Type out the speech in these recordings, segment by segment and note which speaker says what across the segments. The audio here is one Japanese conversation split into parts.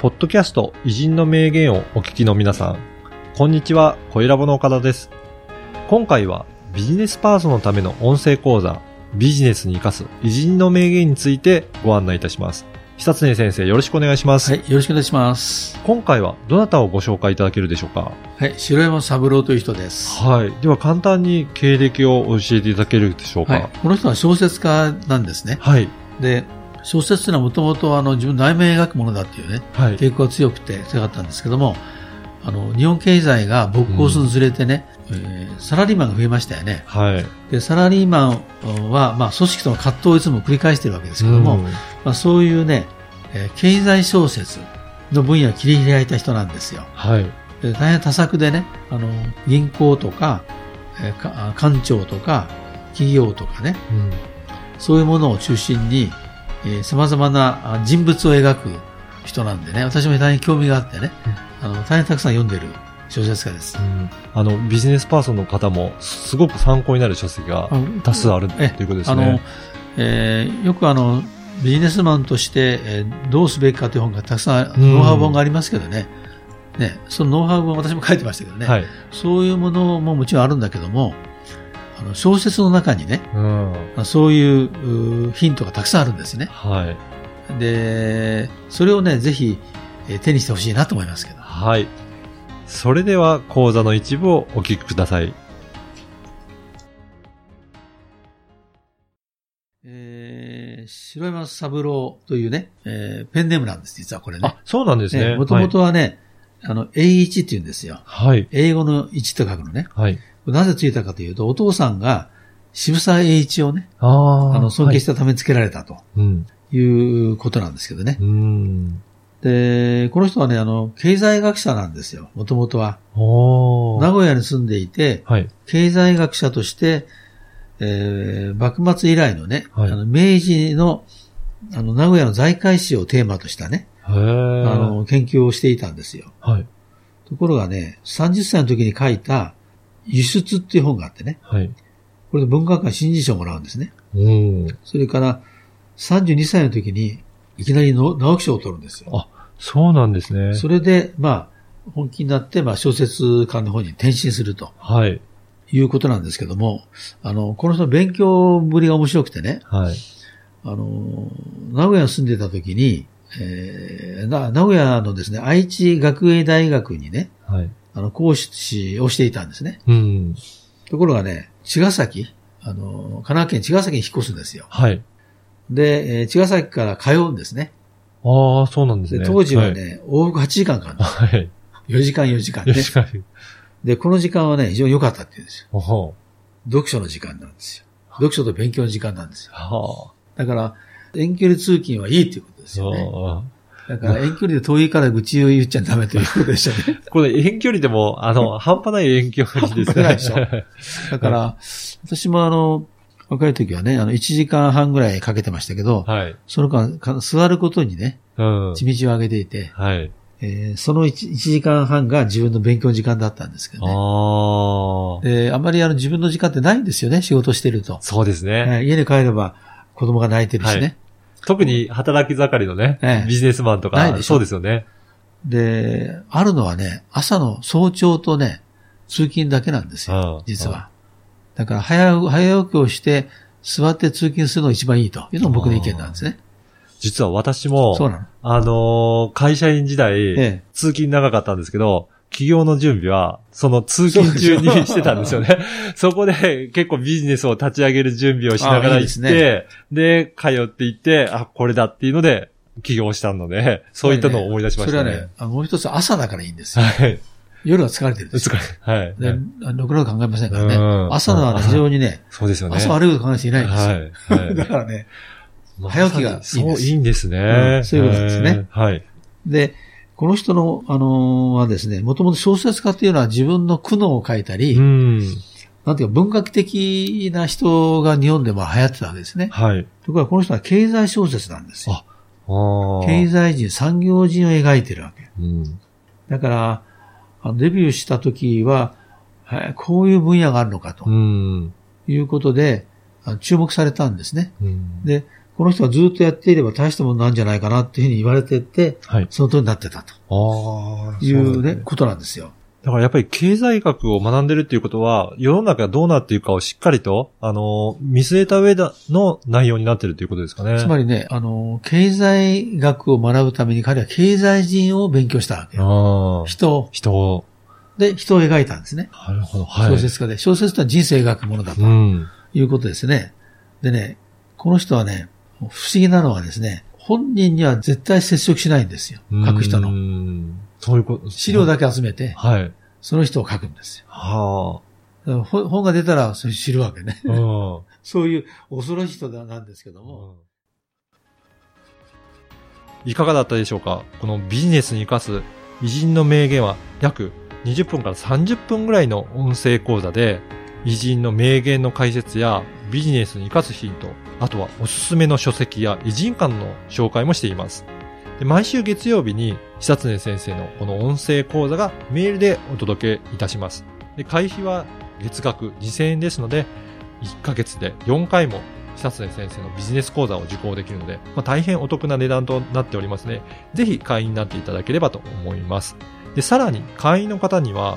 Speaker 1: ポッドキャスト偉人の名言をお聞きの皆さん、こんにちは、声ラボの岡田です。今回はビジネスパーソンのための音声講座、ビジネスに活かす偉人の名言についてご案内いたします。久常先生、よろしくお願いします。
Speaker 2: はい、よろしくお願いします。
Speaker 1: 今回はどなたをご紹介いただけるでしょうか
Speaker 2: はい、白山三郎という人です。
Speaker 1: はい。では簡単に経歴を教えていただけるでしょうか
Speaker 2: はい、この人は小説家なんですね。
Speaker 1: はい。
Speaker 2: で、小説というのはもともとあの自分の内面を描くものだっていうね、
Speaker 1: はい。
Speaker 2: 傾向が強くて強かったんですけども、あの、日本経済が勃興するにつれてね、えーサラリーマンが増えましたよね。
Speaker 1: はい。
Speaker 2: で、サラリーマンは、まあ、組織との葛藤をいつも繰り返しているわけですけども、
Speaker 1: うん
Speaker 2: まあ、そういうね、えー経済小説の分野を切り開いた人なんですよ。
Speaker 1: はい。
Speaker 2: で大変多作でね、あの、銀行とか、えーかあ官庁とか、企業とかね、
Speaker 1: うん
Speaker 2: そういうものを中心に、えー、様々なあ人物を描く人なんでね、私も大変興味があってね、あの、大変たくさん読んでる小説家です。
Speaker 1: あの、ビジネスパーソンの方も、すごく参考になる書籍が
Speaker 2: あ
Speaker 1: 多数あるとい
Speaker 2: え
Speaker 1: うことです
Speaker 2: あの
Speaker 1: ね。、
Speaker 2: えーよくあの、ビジネスマンとして、えーどうすべきかという本がたくさんあ、
Speaker 1: うん
Speaker 2: ノウハウ本がありますけどね、ね、そのノウハウ本私も書いてましたけどね、
Speaker 1: はい。
Speaker 2: そういうものももちろんあるんだけども、あの小説の中にね、
Speaker 1: うん。
Speaker 2: そういううヒントがたくさんあるんですね。
Speaker 1: はい。
Speaker 2: で、それをね、ぜひえー手にしてほしいなと思いますけど。
Speaker 1: はい。それでは、講座の一部をお聞きください。
Speaker 2: えー、白山三郎というね、えーペンネームなんです、実はこれね
Speaker 1: あ。、そうなんですね。
Speaker 2: もともとはね、あの、A1 って言うんですよ。
Speaker 1: はい。
Speaker 2: 英語の1と書くのね。
Speaker 1: はい。はい。
Speaker 2: なぜついたかというと、お父さんが渋沢栄一をね、
Speaker 1: ああ
Speaker 2: あの、尊敬し
Speaker 1: した
Speaker 2: ためにつけられたと
Speaker 1: い、うん。
Speaker 2: いうことなんですけどね
Speaker 1: う。ん。
Speaker 2: で、この人はね、あの、経済学者なんですよ、もともとは。
Speaker 1: お
Speaker 2: 名
Speaker 1: ー。
Speaker 2: 古屋に住んでいて、
Speaker 1: はい。
Speaker 2: 経済学者として、えー幕末以来のね、
Speaker 1: はい
Speaker 2: あの明治の、あの、名古屋の財界史をテーマとしたね、
Speaker 1: へえ。
Speaker 2: あの、研究をしていたんですよ。
Speaker 1: はい。
Speaker 2: ところがね、30歳の時に書いた、輸出っていう本があってね、
Speaker 1: はい。
Speaker 2: これで文化館新人賞をもらうんですね。
Speaker 1: うん。
Speaker 2: それから、32歳の時に、いきなりの直木賞を取るんですよ。
Speaker 1: そうなんですね。
Speaker 2: それで、まあ、本気になって、まあ、小説家の方に転身すると
Speaker 1: はい。
Speaker 2: いうことなんですけども、あの、この人の勉強ぶりが面白くてね、
Speaker 1: はい。
Speaker 2: あの、名古屋に住んでた時に、えーな名古屋のですね、愛知学芸大学にね、
Speaker 1: はい。
Speaker 2: あの、講師をしていたんですね。
Speaker 1: うん。
Speaker 2: ところがね、茅ヶ崎、あの、神奈川県茅ヶ崎に引っ越すんですよ。
Speaker 1: はい。
Speaker 2: で、えー茅ヶ崎から通うんですね。
Speaker 1: ああ、そうなんです
Speaker 2: で
Speaker 1: ね。
Speaker 2: 当時はね、往復8時間かかるんで
Speaker 1: はい。
Speaker 2: す。4時間4時間
Speaker 1: はい。
Speaker 2: ね。
Speaker 1: 確かに。
Speaker 2: で、この時間はね、非常に良かったって言うんですよ。
Speaker 1: おほ
Speaker 2: 読書の時間なんですよ。読書と勉強の時間なんですよ。
Speaker 1: はあ。
Speaker 2: だから、遠距離通勤はいいということですよね。
Speaker 1: そ
Speaker 2: だから遠距離で遠いから愚痴を言っちゃダメということでし たね。
Speaker 1: う。これ遠距離でも、あの、半端ない遠距離ですね。
Speaker 2: 半端ないだから、私もあの、若い時はね、あの、1時間半ぐらいかけてましたけど、
Speaker 1: はい。
Speaker 2: その間、か座ることにね、
Speaker 1: うん。
Speaker 2: 地道を上げていて、
Speaker 1: はい。
Speaker 2: えーその 1, 時間半が自分の勉強の時間だったんですけどね。
Speaker 1: ああ。
Speaker 2: で、あんまりあの自分の時間ってないんですよね、仕事してると。
Speaker 1: そうですね。
Speaker 2: えー家に帰れば子供が泣いてるしね。
Speaker 1: はい特に働き盛りのね
Speaker 2: え、え
Speaker 1: ビジネスマンと
Speaker 2: ない
Speaker 1: か、
Speaker 2: でしょ
Speaker 1: そうですよね。
Speaker 2: で、あるのはね、朝の早朝とね、通勤だけなんですよ、
Speaker 1: うん
Speaker 2: 実は。だから早う、早起きをして、座って通勤するのが一番いいというのが僕の意見なんですね。
Speaker 1: 実は私
Speaker 2: そう
Speaker 1: も、
Speaker 2: なの。
Speaker 1: あのー、会社員時代、
Speaker 2: え
Speaker 1: 通勤長かったんですけど、企業の準備は、その通勤中に
Speaker 2: そうでしょ
Speaker 1: してたんですよ ね。そこで結構ビジネスを立ち上げる準備をしなが
Speaker 2: あ
Speaker 1: ら
Speaker 2: いいで
Speaker 1: 行
Speaker 2: す
Speaker 1: っ
Speaker 2: ね
Speaker 1: て、で、通って行って、あ、これだっていうので、起業したので、そういったのを思い出
Speaker 2: え
Speaker 1: しま
Speaker 2: そ
Speaker 1: し
Speaker 2: れ
Speaker 1: た
Speaker 2: は
Speaker 1: ね。
Speaker 2: ね、あのもう一つ朝だからいいんですよ。
Speaker 1: はい。
Speaker 2: 夜は疲れてるんですよ。
Speaker 1: 疲れ。はい。
Speaker 2: で
Speaker 1: はい
Speaker 2: あのろくなこと考えませんから
Speaker 1: う
Speaker 2: ね。
Speaker 1: ん
Speaker 2: 朝のはね
Speaker 1: うん
Speaker 2: 非常にね、
Speaker 1: そうですよね。
Speaker 2: 朝悪いこと考えていないんですよ。
Speaker 1: はい。はい
Speaker 2: だからね、
Speaker 1: ま
Speaker 2: 早起きがいいんです
Speaker 1: そう、いいんです
Speaker 2: う
Speaker 1: ね。
Speaker 2: んそういうことですね
Speaker 1: えー。はい。
Speaker 2: で、この人の、あのーはですね、もともと小説家っていうのは自分の苦悩を書いたり、
Speaker 1: うん。
Speaker 2: なんていうか文学的な人が日本でも流行ってたわけですね。
Speaker 1: はい。
Speaker 2: ところがこの人は経済小説なんですよ。
Speaker 1: ああ。
Speaker 2: 経済人、産業人を描いてるわけ。
Speaker 1: うん。
Speaker 2: だから、あのデビューした時は、はいこういう分野があるのかと
Speaker 1: うん。
Speaker 2: いうことで、あの注目されたんですね。
Speaker 1: うん
Speaker 2: で、この人はずっとやっていれば大したものなんじゃないかなっていうふうに言われてて、
Speaker 1: はい。
Speaker 2: その通りになってたと
Speaker 1: ああ、
Speaker 2: い
Speaker 1: そうう
Speaker 2: ね、
Speaker 1: だね
Speaker 2: ことなんですよ。
Speaker 1: だからやっぱり経済学を学んでるっていうことは、世の中がどうなっていくかをしっかりと、あのー、見据えた上だの内容になってるということですかね。
Speaker 2: つま
Speaker 1: り、
Speaker 2: りね、あの、経済学を学ぶために彼は経済人を勉強したわけ
Speaker 1: あ
Speaker 2: よ。
Speaker 1: あ、
Speaker 2: 人を。
Speaker 1: 人を、
Speaker 2: で、人を描いたんですね。
Speaker 1: なるほど、はい。
Speaker 2: 小説家で。小説とは人生を描くものだと
Speaker 1: うん。
Speaker 2: いうことですね。でね、この人はね、不思議なのはですね、本人には絶対接触しないんですよ。書く人の。
Speaker 1: の。そういうこと。
Speaker 2: 資料
Speaker 1: だ。
Speaker 2: だけ集めて、
Speaker 1: はい。
Speaker 2: その人を書くんですよ。
Speaker 1: は
Speaker 2: だから本本が出たら、それ知るわけね。
Speaker 1: あ。うん。
Speaker 2: そういう恐ろしい人なんですけども。
Speaker 1: いかがだったでしょうかこのビジネスに生かす偉人の名言は約20分から30分ぐらいの音声講座で偉人の名言の解説やビジネスに生かすヒント、あとはおすすめの書籍や偉人間の紹介もしています。で毎週月曜日に久常先生のこの音声講座がメールでお届けいたします。で会費は月額2000円ですので1ヶ月で4回も久常先生のビジネス講座を受講できるので、まあ、大変お得な値段となっておりますね。ぜひ会員になっていただければと思います。で、さらに会員の方には、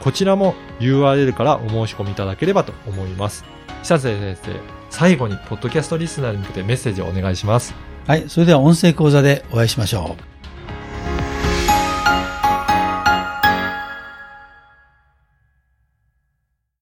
Speaker 1: こちらも URL からお申し込みいただければと思います。久瀬先生、最後にポッドキャストリスナーに向けてメッセージをお願いします。
Speaker 2: はい、それでは音声講座でお会いしましょう。